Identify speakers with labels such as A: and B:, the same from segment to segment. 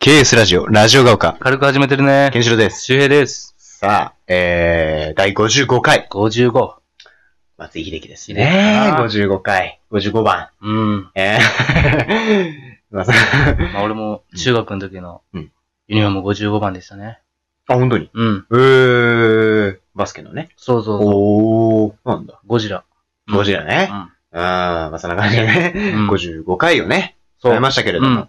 A: KS ラジオ、ラジオが丘、
B: 軽く始めてるね。
A: ケンシロウです。
B: 周平です。
A: さあ、えー、第55回、
B: 55。
A: 松井秀樹です
B: 秀樹
A: ね。
B: かな
A: 55回、55番。
B: うん。
A: えー、 まあ、さあ、
B: まあ俺も中学の時の
A: うん
B: ユニフォーム55番でしたね。
A: 本当に。
B: うん。
A: えー、バスケのね。
B: そうそうそう。
A: おー、なんだ。
B: ゴジラ。
A: ゴジラね。
B: うん。
A: うん、まあ、そんな感じでね、
B: うん
A: 55回をね、
B: そう
A: やりましたけれども、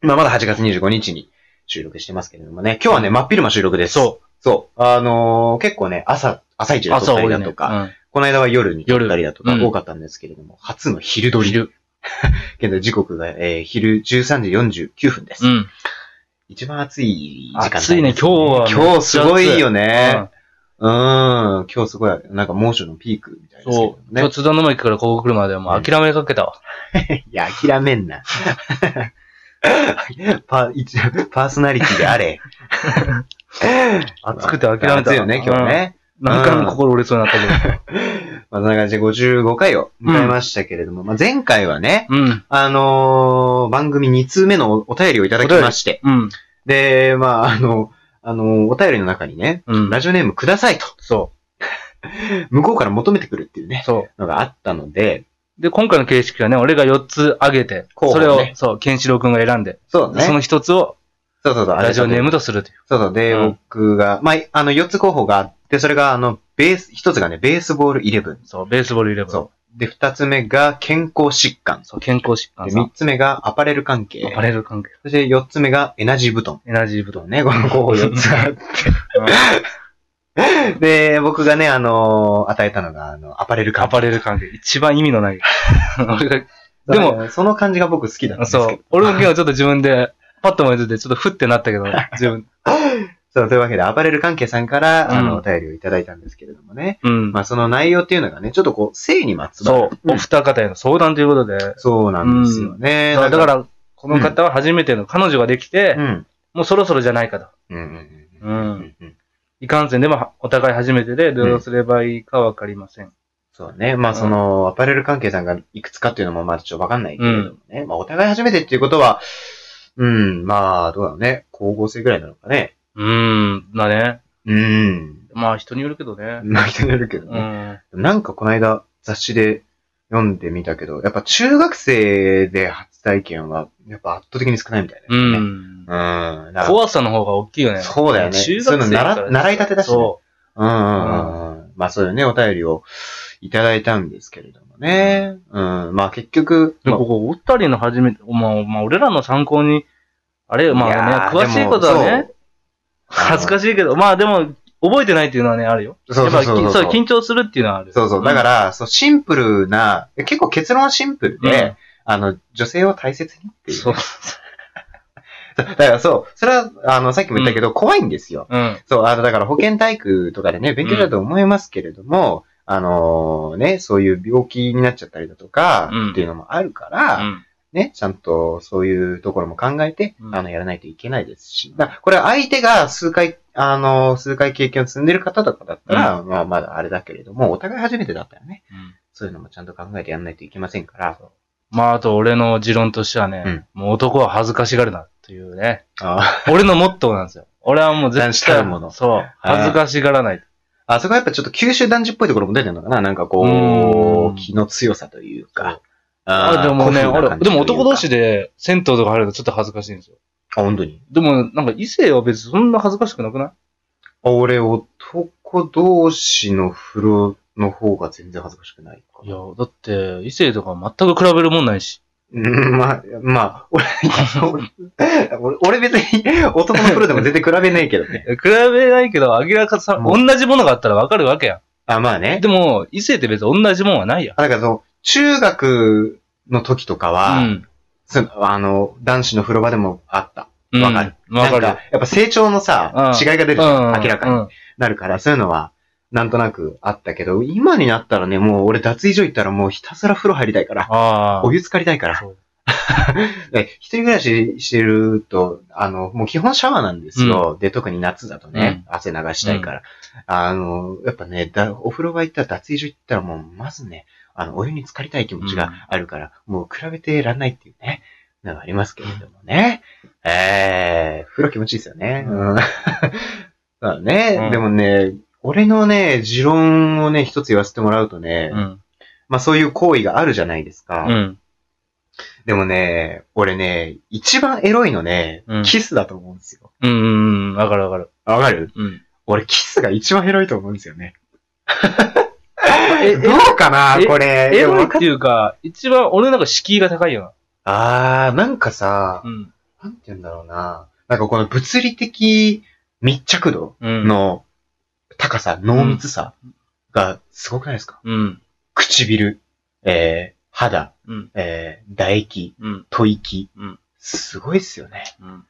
A: まあ、まだ8月25日に収録してますけれどもね、今日はね、真っ昼間収録です。
B: そ
A: そう。あのー結構ね、朝、朝一
B: う。
A: で撮っ
B: 朝
A: た
B: 多
A: り
B: い
A: だ
B: ね。
A: とか、この間は夜に撮ったりだとか
B: 夜うん
A: 多かったんですけれども、初の昼
B: う
A: 撮
B: ん。
A: り。
B: 昼。
A: 現在時刻が、えー昼13時49分です。
B: うん。
A: 一番暑い時間帯です、
B: 暑いね今日は
A: 今日すごいよね。う
B: う
A: ん、今日すごい、なんか猛暑のピークみたい
B: ん
A: ですけ
B: そ
A: ど
B: う。今
A: ね
B: 日。津田沼駅からここ来るまではもう諦めかけたわ。
A: いや、諦めんな。 パ一パーソナリティであれ。
B: 暑くて諦めた。
A: 暑いよね、今日ね。
B: うん。何回も心折れそうになったけど。
A: まあ、そんな感じで55回を迎えましたけれども、まあ、前回はね、
B: うん。
A: あのー番組2通目のおお便りをいただきまして、
B: うん。
A: で、まあ、あの、あの、お便りの中にね、
B: うん。
A: ラジオネームくださいと、
B: そ
A: 向こうから求めてくるっていう
B: う。
A: ね、
B: そう。
A: のがあったので、
B: で、今回の形式はね、俺が4つあげて、
A: 候補
B: そ
A: ね
B: れを、そう、ケンシロウ君が選んで、
A: そうね。
B: その1つを
A: そうそうそう、
B: ラジオネー
A: ム。
B: ムとするという。
A: そうそう、で、
B: うん
A: 僕が、まあ、あの、4つ候補があって、それが、あの、ベース、1つがね、ベースボールイレブン。
B: そう、ベースボールイレブン。
A: そう。で、2つ目が健康疾患。
B: そう、健康疾患
A: で、
B: さ
A: 3つ目がアパレル関係。
B: アパレル関係。
A: そして4つ目がエナジー布団。
B: エナジーブド
A: と
B: ウ。
A: ね、この候補4つがあって。 で、僕がね、あの与えたのが、あの、アパレル関係
B: ア。パレル関係。一番意味の ない。俺
A: で
B: で
A: も、
B: も
A: その感じが僕好きだったんで
B: が、
A: すけ
B: そ
A: ど。
B: う。俺も今日ちょっと自分で、パッと思いついて、ちょっとふってなっ たけど、自分。
A: そう、というわけで、アパレル関係さんから、あ
B: う
A: の、
B: ん
A: お便りをいただいたんですけれどもね。
B: うん
A: ま。あ、その内容っていうのがね、ちょっとこう、性にまつわる。
B: そう。お二方への相談ということで。
A: そうなんですよね。
B: そうだ
A: なん
B: から、この方は初めての彼女ができて
A: う、ん。
B: もうそろそろじゃないかと。
A: うんうん
B: う。
A: うんんうん。
B: いかんせんでも、お互い初めてで、どうすればいいかわかりません。
A: そうね。まあ、その、アパレル関係さんがいくつかっていうのも、まだちょっとわかんないけれどもね。まあ、お互い初めてっていうことは、うん、まあ、どうだろうね。光合成ぐらいなのかね。
B: うん。だね。
A: うん。
B: まあ、人によるけどね。
A: まあ、人によるけどね。
B: うん。
A: なんかこの間雑誌で読んでみたけど、やっぱ中学生で初体験は、やっぱ圧倒的に少ないみたいだ
B: う
A: よね。
B: ん。
A: うん。うん。だから
B: 怖さの方が大きいよね。
A: そうだよね
B: 中学
A: そう
B: 生
A: いうの
B: から
A: 習習いたてだしね
B: そ
A: うんうんうんうん。まあそういうね、お便りをいただいたんですけれどもね。うん。まあ結局、
B: う。で
A: まあ
B: もここ、お二人の初めて、まあ、まあ、俺らの参考に、あれよ、まあ
A: いや
B: ね、
A: ー
B: 詳しいことはね、恥ず
A: しい
B: かしいけど、まあでも、覚えてないっていうのはね、あるよ。
A: そうそうそうそう
B: やっぱき緊張するっていうのはある。
A: そうそう。だから、そう、シンプルな、結構結論はシンプルで、あの、女性を大切にって
B: うん、
A: いう。
B: そう。
A: だからそう、それは、あの、さっきも言ったけど、怖いんですよ。
B: うん。
A: そう、あの、だから保健体育とかでね、勉強だと思いますけれども、あのね、そういう病気になっちゃったりだとか
B: うん、
A: っていうのもあるか
B: う
A: ら、
B: ん。
A: ね、ちゃんとそういうところも考えて、
B: うん
A: あの、やらないといけないですし、だからこれは相手が数回、あの数回経験を積んでる方とかだったら、まあ、まだあれだけれども、お互い初めてだったらね、そういうのもちゃんと考えてやらないといけませんから、
B: まあ、あと俺の持論としてはね、もう男は恥ずかしがるな、というね。
A: あ
B: 俺のモットーなんですよ。俺はもう絶対。
A: 男子たるもの
B: そう。恥ずかしがらない。
A: あそこはやっぱちょっと九州男児っぽいところも出てるのかななんか
B: う
A: こ
B: ん
A: う、気の強さというか。
B: あ、でもね、俺、でも男同士
A: で。
B: で銭湯とか入るとちょっと恥ずかしいんですよ。
A: あ、本当に。
B: でも、なんか異性は別にそんな恥ずかしくなくない
A: 俺、男同士の風呂の方が全然恥ずかしくないか
B: いや、だって、異性とか全く比べるもんないし。
A: うん、まあ、まあ、俺、俺 俺別に男の風呂でも全然比べないけどね。
B: 比べないけど、明らかさ、
A: う
B: 同じものがあったらわかるわけや
A: あ、まあ
B: ん。
A: ね。
B: でも、異性って別に同じもんはないやん。
A: あだからその、中学の時とかは、
B: うん。
A: そのあの、男子の風呂場でもあった。
B: うん
A: わかる。
B: わか
A: なんか、
B: る。
A: やっぱ成長のさ、
B: うん
A: 違いが出るじゃん、明らかに。
B: に。
A: なるから、そういうのは、なんとなくあったけど、今になったらね、もう俺脱衣所行ったらもうひたすら風呂入りたいから、
B: あ
A: お湯浸かりたいから、
B: そう
A: で一人暮らししてると、あの、もう基本シャワーなんですよ。で、特に夏だとね、汗流したいから。あの、やっぱね、だお風呂場行ったら脱衣所行ったらもう、まずね、あの、お湯に浸かりたい気持ちがあるから、もう比べてらんないっていうね、のがありますけれどもね。え風呂気持ちいいですよね。
B: う
A: うん。 だね、
B: うん
A: でもね、俺のね、持論をね、一つ言わせてもらうとね、
B: うん。
A: まあそういう行為があるじゃないですか。
B: うん。
A: でもね、俺ね、一番エロいのね、
B: うん
A: キスだと思うんですよ。
B: うんうんうん。わかるわかる。
A: わかる
B: うん。
A: 俺キスが一番エロいと思うんですよね。
B: え
A: どうかな
B: え
A: これ。
B: エ
A: でも
B: ロいっ
A: わか
B: ていうか、一番俺なんか敷居が高いよ
A: あー、なんかさ
B: な。、うん。
A: なんて言うんだろうな。なんかこの物理的密着度
B: うん。
A: の高さ、濃密さがすごくないですか
B: うん。
A: 唇、えー、肌、
B: うん。
A: えー、唾液、
B: うん。
A: 吐息
B: うん。
A: すごいっすよね。
B: うん。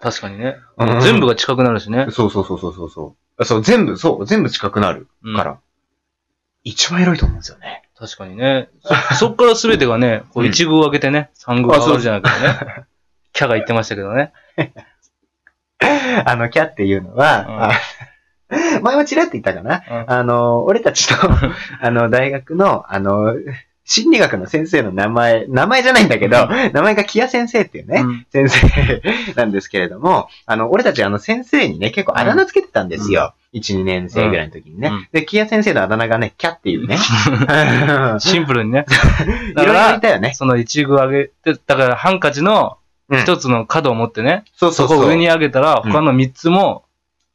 B: 確かにね。
A: うん
B: 全部が近くなるしね。
A: そうそうそうそうそうそう。そう、全部、そう、全部近くなる
B: うん
A: から、一番エロいと思うんですよね。
B: 確かにね。そ、 そっから全てがね、こう一軍を上げてね、三軍が上がるじゃないかね。 キャが言ってましたけどね。
A: あの、キャっていうのは、あ 前もちらっと言ったかな。
B: うん
A: あの、俺たちと、 あの、大学の、あの、心理学の先生の名前、名前じゃないんだけど、名前がキア先生っていうね、
B: うん
A: 先生なんですけれども、あの、俺たちあの先生にね、結構あだ名つけてたんですよ。1、2年生ぐらいの時にね。
B: うん
A: で、キア先生のあだ名がね、キャって いうね。
B: シンプルにね。
A: いろ
B: だ
A: い
B: か
A: ろい
B: ら、
A: たよね。
B: その一軍を上げて、だからハンカチの
A: うん
B: 一つの角を持ってね、
A: そうそ
B: そう
A: そう。
B: こを上に上げたら、
A: うん
B: 他の三つも、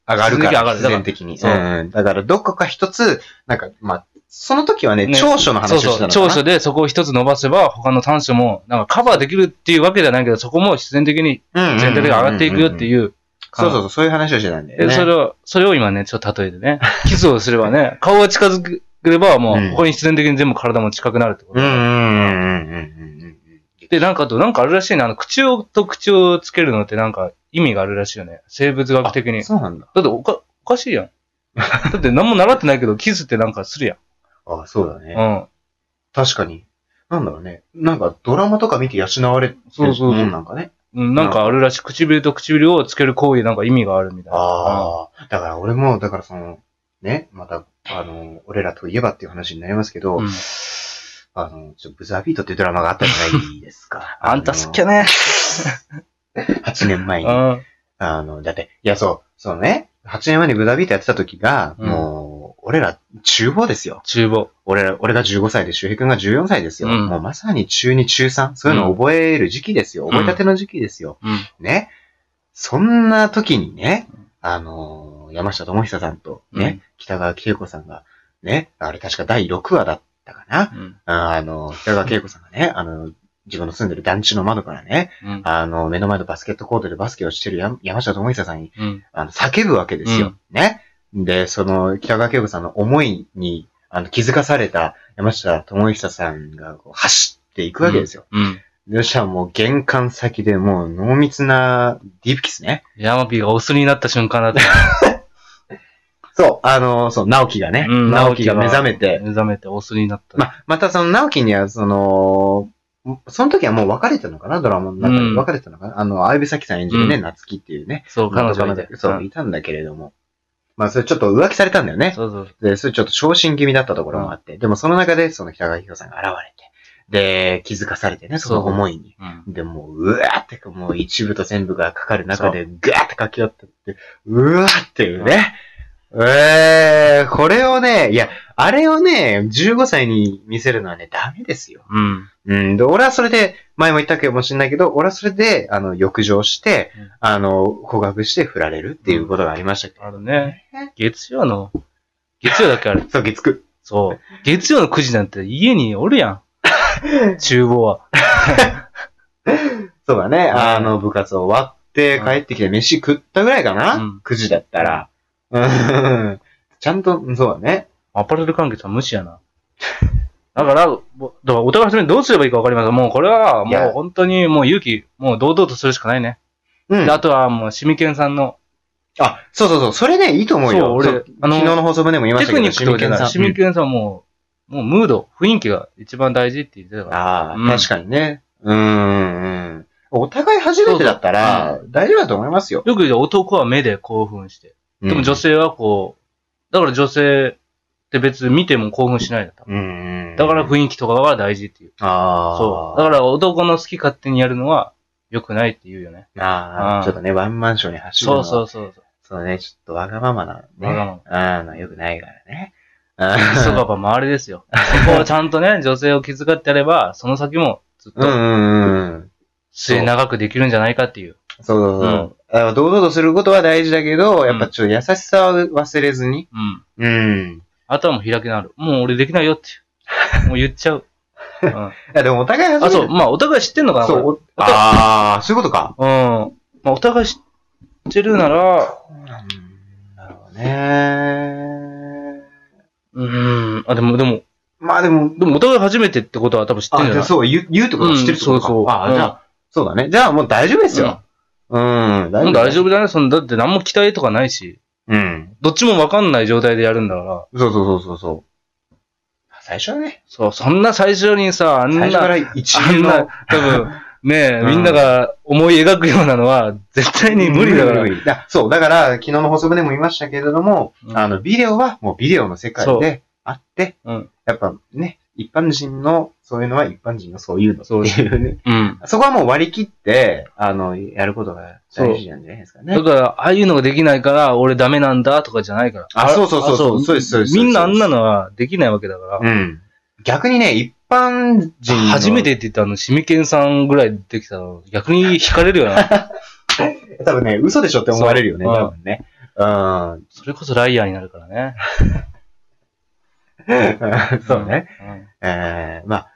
A: 上がるか
B: 続き上
A: ら、
B: がる
A: 自然的に。
B: そう
A: うんだから、どこか一つ、なんか、まあ、その時はね、
B: ね
A: 長所の話
B: そ
A: を
B: う
A: してた
B: そ
A: の
B: う、
A: かな。
B: 長所でそこを一つ伸ばせば、他の短所も、なんかカバーできるっていうわけじゃないけど、そこも必然的に、
A: うんうんうんうん
B: 全体的に上がっていくよって
A: う。
B: いう。
A: そうそうそう、そういう話をしてたんだよ
B: で、
A: ね。
B: それを、それを今ね、ちょっと例えてね、 キスをすればね、顔が近づければ、もう、
A: うん
B: ここに必然的に全部体も近くなるってこ
A: う
B: と。
A: んうんうんうんうんうん
B: で、なんかあと、なんかあるらしいな、あの、口をと口をつけるのってなんか意味があるらしいよね。生物学的
A: うん。
B: に。だ
A: そうなんだ。
B: っておか、おかし いやん。だって何も習ってないけど、キスってなんかするや
A: あそう だね。
B: ん。うん。
A: 確かに。なんだろうね。なんか、ドラマとか見て養われてる
B: そうそうそう
A: もんなんかね。
B: うん、なんかあるらしい。唇と唇をつける行為なんか意味があるみたいな。
A: ああ。だから俺も、だからその、ね、また、あの、俺らといえばっていう話になりますけど、
B: うん。
A: あの、ちょブザービートっていうドラマがあったじゃないですか
B: あんた好き
A: あ
B: やね。
A: の8年前
B: う
A: に。
B: ん。
A: あの、だって、いや、そう、そうね、8年前にブザービートやってた時が、
B: うん
A: もう、俺ら、中5ですよ。
B: 厨房。
A: 俺ら、俺が15歳で、周平君が14歳ですよ。
B: うん
A: もうまさに中2、中3、そういうのを覚える時期ですよ。
B: うん
A: 覚えたての時期ですよ。
B: うん。
A: ね。そんな時にね、あのー山下智久さんと、ね、
B: うん
A: 北川景子さんが、ね、あれ確か第6話だったかな。
B: うん。
A: ああの、北川景子さんがね、あの、自分の住んでる団地の窓からね、
B: うん。
A: あの、目の前のバスケットコートでバスケをしてる山山下智久さんに
B: うん。
A: あの、叫ぶわけですよ。ね。で、その、北川景子さんの思いに、あの、気づかされた山下智久さんがこう走っていくわけですよ。
B: うん。
A: で、そしたらもう玄関先でもう濃密なディープキスね。
B: ヤマピーがオスになった瞬間だった。
A: そう、あの、そう、直樹がね。
B: うん
A: 直樹が目覚めて。
B: 目覚めてオスになった。
A: ま、またその直樹には、その、その時はもう別れたのかなドラマの中
B: う
A: で
B: ん
A: 別れたのかな、あの、相部咲さん演じるね、
B: うん
A: 夏希っていうね。
B: そう、彼女がいて。
A: そう、
B: ん
A: いたんだけれども。まあ、それちょっと浮気されたんだよね。
B: そうそう。
A: で、それちょっと昇進気味だったところもあって、でもその中でその北川博さんが現れて、で、気づかされてね、その思いに。
B: うん。
A: で、もう、うわーって、もう一部と全部がかかる中で、ぐわーって書き寄ってって、うわーっていうね。えー、これをね、いや、あれをね、15歳に見せるのはね、ダメですよ。
B: うん。
A: うん、で、俺はそれで、前も言ったかもしれないけど、俺はそれで、あの、浴場して
B: うん、
A: あの、告白して振られるっていうことがありましたけど。
B: あるね。月曜の、月曜だっけあれ。
A: そう、月9。
B: そう。月曜の9時なんて家におる やん。厨房は。
A: そうだね。
B: うん
A: あの、部活終わって帰ってきて飯食ったぐらいかな、
B: うん
A: ?9 時だったら。うんちゃんと、うんそうだね。
B: アパレル関係は無視やな。だから、ぼだからお互い様にどうすればいいかわかりません。もうこれは、
A: いや
B: もう本当にもう勇気、もう堂々とするしかないね。
A: うん
B: で、あとはもう、シミケンさんの、
A: あ、そうそうそう。それね、いいと思うよ。
B: そう俺
A: そう
B: あの
A: 昨日の放送分でも言いま
B: テ
A: したけ
B: ク
A: ど、
B: ニックとかじゃない。シ
A: シミ
B: ミ
A: ケン
B: ケンさんはもう、もうムード、雰囲気が一番大事って言ってた
A: さん。
B: から。
A: ああ、
B: うん
A: 確かにね。うーん。うんお互い初めてだったら、大丈夫だと思いますよ。
B: よく言う男は目で興奮して。でも女
A: 性。
B: 性はこう、だから女性って別に見ても興奮しないだった。
A: うん。
B: だから
A: 囲
B: 雰囲気とかが大事っていう。
A: ああ。
B: そう。だから男の好き勝手にやるのは良くないって言うよね。
A: あ
B: う
A: あ、
B: ん
A: ちょっとね、ワンマンションに走るの
B: そう
A: は。。
B: そううそうそ
A: そうね、ちょっとわがままなのね。
B: わがま
A: ま。あの、よくないからね。
B: う。
A: あ
B: そがば周り ですよ。そこをちゃんとね、女性を気遣ってやれば、その先もずっ
A: うんう
B: と
A: んうん。
B: 末長くできるんじゃないかっていう。
A: そうそうそう。だから堂々とすることは大事だけど、やっぱちょっと優しさは忘れずに。
B: うん。
A: うん。
B: あとはもう開き直る。もう俺できないよっていう。もう言っちゃう。うん、あ、
A: いや、でもお互い初めて。
B: そう。まあ、お互い知ってんのかな
A: そう。
B: こ
A: おああ、そういうことか。
B: れうん。まあ、お互い知ってるなら、
A: なんだろうね。
B: うん。あ、でも、でも、
A: まあでも、
B: でもお互い初めてってことは多分知ってん
A: あ、
B: じゃ
A: じ
B: な
A: ゃあ
B: い
A: そう、言う、言うってことは知ってるってことか。
B: うんそうそう
A: あ
B: う
A: あ、
B: ん
A: じゃあ、そうだね。じゃあもう大丈夫ですよ。うん、大
B: うん大丈夫だね。その、だって何も期待とかないし、
A: うん。
B: どっちもわかんない状態でやるんだから、
A: そうそうそうそうそう。最初はね、
B: そう、そんな最初にさ、あんな、
A: 最初から一流
B: あんな
A: の。
B: 多 分、ねえ、
A: うん
B: みんなが思い描くようなのは、絶対に無理だから。
A: 無理だそう、だから、昨日の放送でも言いましたけれども、
B: うん
A: あの、ビデオはもうビデオの世界
B: そ
A: であって、
B: うん
A: やっぱね、一般人の、そういうのは一般人のそういうのっていうね。
B: うん。
A: そこはもう割り切って、あの、やることが大事なんじゃないですかね
B: だ。から、ああいうのができないから、俺ダメなんだとかじゃないから。
A: あそうそうそうそうそうですそうです
B: みんなあんなのはできないわけだか
A: うん。逆にね、一般人
B: ら。
A: の。
B: 初めてって言ったあの、シミケンさんぐらいできたら、逆に惹かれるよ な。
A: 多分ね、嘘でしょって思われるよね、
B: そう
A: 多分ね。うん。
B: それこそライアーになるからね。
A: そうね。
B: ん。
A: えー、まあ、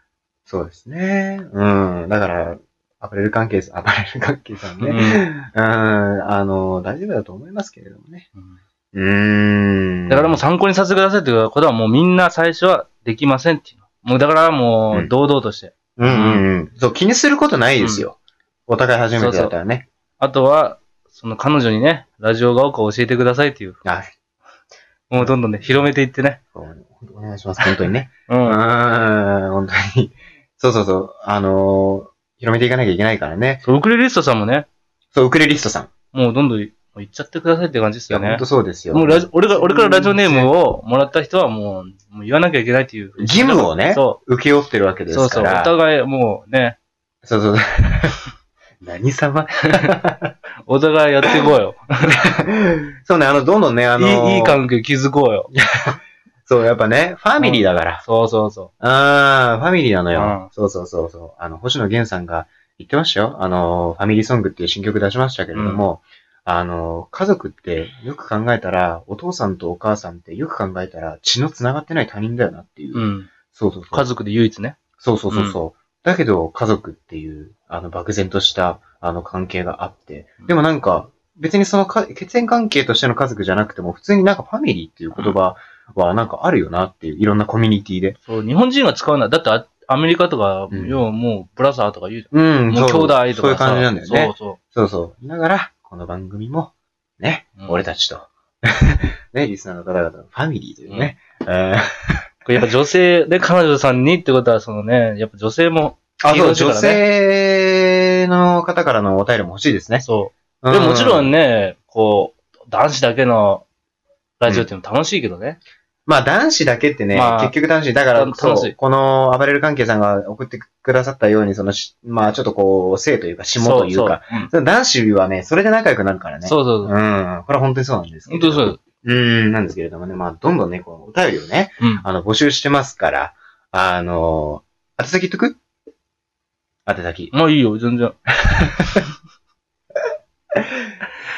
A: そうですね。うん。だから、アパレル関係さん、アパレル関係さんね。うん
B: う
A: ん、あの、大丈夫だと思いますけれどもね。
B: うん
A: うーん。
B: だからもう参考にさせてくださいっていうことはもうみんな最初はできませんっていうの。もうだからも
A: う
B: うん堂々として。
A: う、うんうんうん。そう、気にすることないですよ。お互い初めてだったらね。
B: あとは、その彼女にね、ラジオが丘を教えてくださいっていう。
A: あ
B: もうどんどんね、広めていってね。
A: そうお願いします、本当にね。
B: う。
A: うんーん、本当に。そうそうそう。あのー広めていかなきゃいけないからね。
B: そうウクレレリストさんもね、
A: そう、ウクレリストさん。
B: もうどんどんいもう行っちゃってくださいって感じです
A: いや、
B: よ
A: 本
B: ね
A: 当。そうですよ。
B: もうラジ俺が、俺からラジオネームをもらった人はもう、もう言わなきゃいけないっていう。
A: 義務をね、
B: そ
A: 受け負ってるわけ
B: う。
A: で
B: そう
A: す
B: そう。
A: か
B: お
A: ら。
B: 互いもうね、
A: そうそう そう。何様
B: お互いやっていこうよ。
A: そうね、あの、どんどんね、あの
B: いい、いい関係築こうよ。
A: そう、やっぱね、ファミリーだから。
B: そうそうそ
A: ああ、ファミリーなの
B: うん
A: よ。そうそうそうそう。あの、星野源さんが言ってましたよ。あの、ファミリーソングっていう新曲出しましたけれども、あの、家族ってよく考えたら、お父さんとお母さんってよく考えたら血の繋がってない他人だよなっていう。
B: う。うん。
A: そうそうそう。
B: 家族で唯一ね。
A: そうそうそうそう。だけど、家族っていう、あの、漠然とした、あの、関係があって
B: うん。
A: でもなんか、別にそのか、血縁関係としての家族じゃなくても、普通になんかファミリーっていう言葉はなんかあるよなっていう、いろんなコミュニティで。
B: そう、日本人が使うのは、だってあアメリカとか、
A: うん
B: 要はもうブラザーとか言うじ
A: うん
B: ゃん。もう兄弟とかさ
A: そういう感じなんだよね。
B: そう
A: そうそう。だから、この番組も、ね、
B: そう。
A: 俺
B: だ。
A: たちと、 ね、リスナーの方々のファミリーというね。えー
B: これやっぱ女性で彼女さんにってことは、そのね、やっぱ女性も、
A: あ、
B: いいこ
A: そう、
B: とだからね
A: 女性の方からのお便りも欲しいですね。
B: そう。でももちろ
A: うん
B: ね、こう、男子だけのラジオっていうのも楽しいけどね。
A: まあ男子だけってね、
B: まあ
A: 結局男子、だから
B: 楽しい
A: そう、このアパレル関係さんが送ってくださったように、そのし、まあちょっとこう、性というか、下というか、
B: そう。
A: 男子はね、それで仲良くなるからね。
B: そうそううそう。
A: ん。これは本当にそうなんですけ
B: 本
A: れど
B: 当そう。
A: うん、なんですけれどもね、まあどんどんね、こう、お便りをね、
B: うん。
A: あの、募集してますから、あの、宛先言っとく宛先。
B: まあいいよ、全然。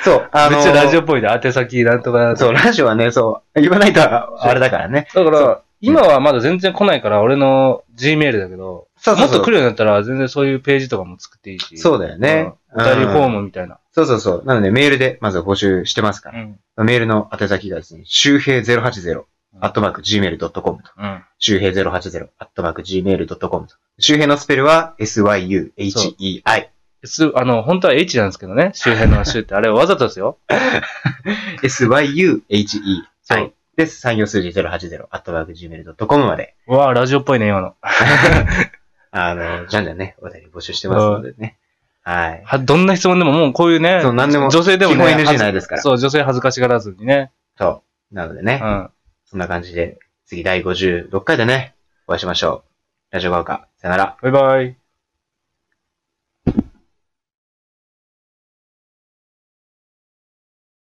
A: そう、あ
B: め
A: の、
B: っちゃラジオっぽいで、宛先なんとかなんとか
A: そう、ラジオはね、そう、言わないとあれだからね。
B: だか
A: そ
B: ら、今はまだ全然来ないから、俺の G メールだけど、
A: そうそ
B: も
A: う
B: っ
A: そう
B: と来るようになったら、全然そういうページとかも作っていいし。
A: そうだよね。
B: うん。お便りフォー
A: うん
B: ムみたいな。
A: そうそうそう。なので、メールでまずは募集してますから。
B: ん。
A: メールの宛先がですね、周平080、アットマーク gmail.com と。
B: うん。
A: 周平080、アットマーク gmail.com と。周平のスペルは syuhei。
B: す、あの、本当は H なんですけどね。周辺の周って。あれわざとですよ。
A: syuhei。
B: そう
A: です。3行数字080、アットマーク gmail.com まで。
B: うわあラジオっぽいね、今の。
A: あの、じゃんじゃんね、お便り募集してますのでね。はい。
B: はどんな質問でももうこういうね。
A: そう何でも
B: 女性でもね。
A: 基本 NG
B: 恥ず
A: ないですから
B: そう、女性恥ずかしがらずにね。
A: そう。なので
B: う
A: ね、
B: ん。
A: そんな感じで、次第56回でね、お会いしましょう。ラジオガオカ、さよなら。
B: バイバイ。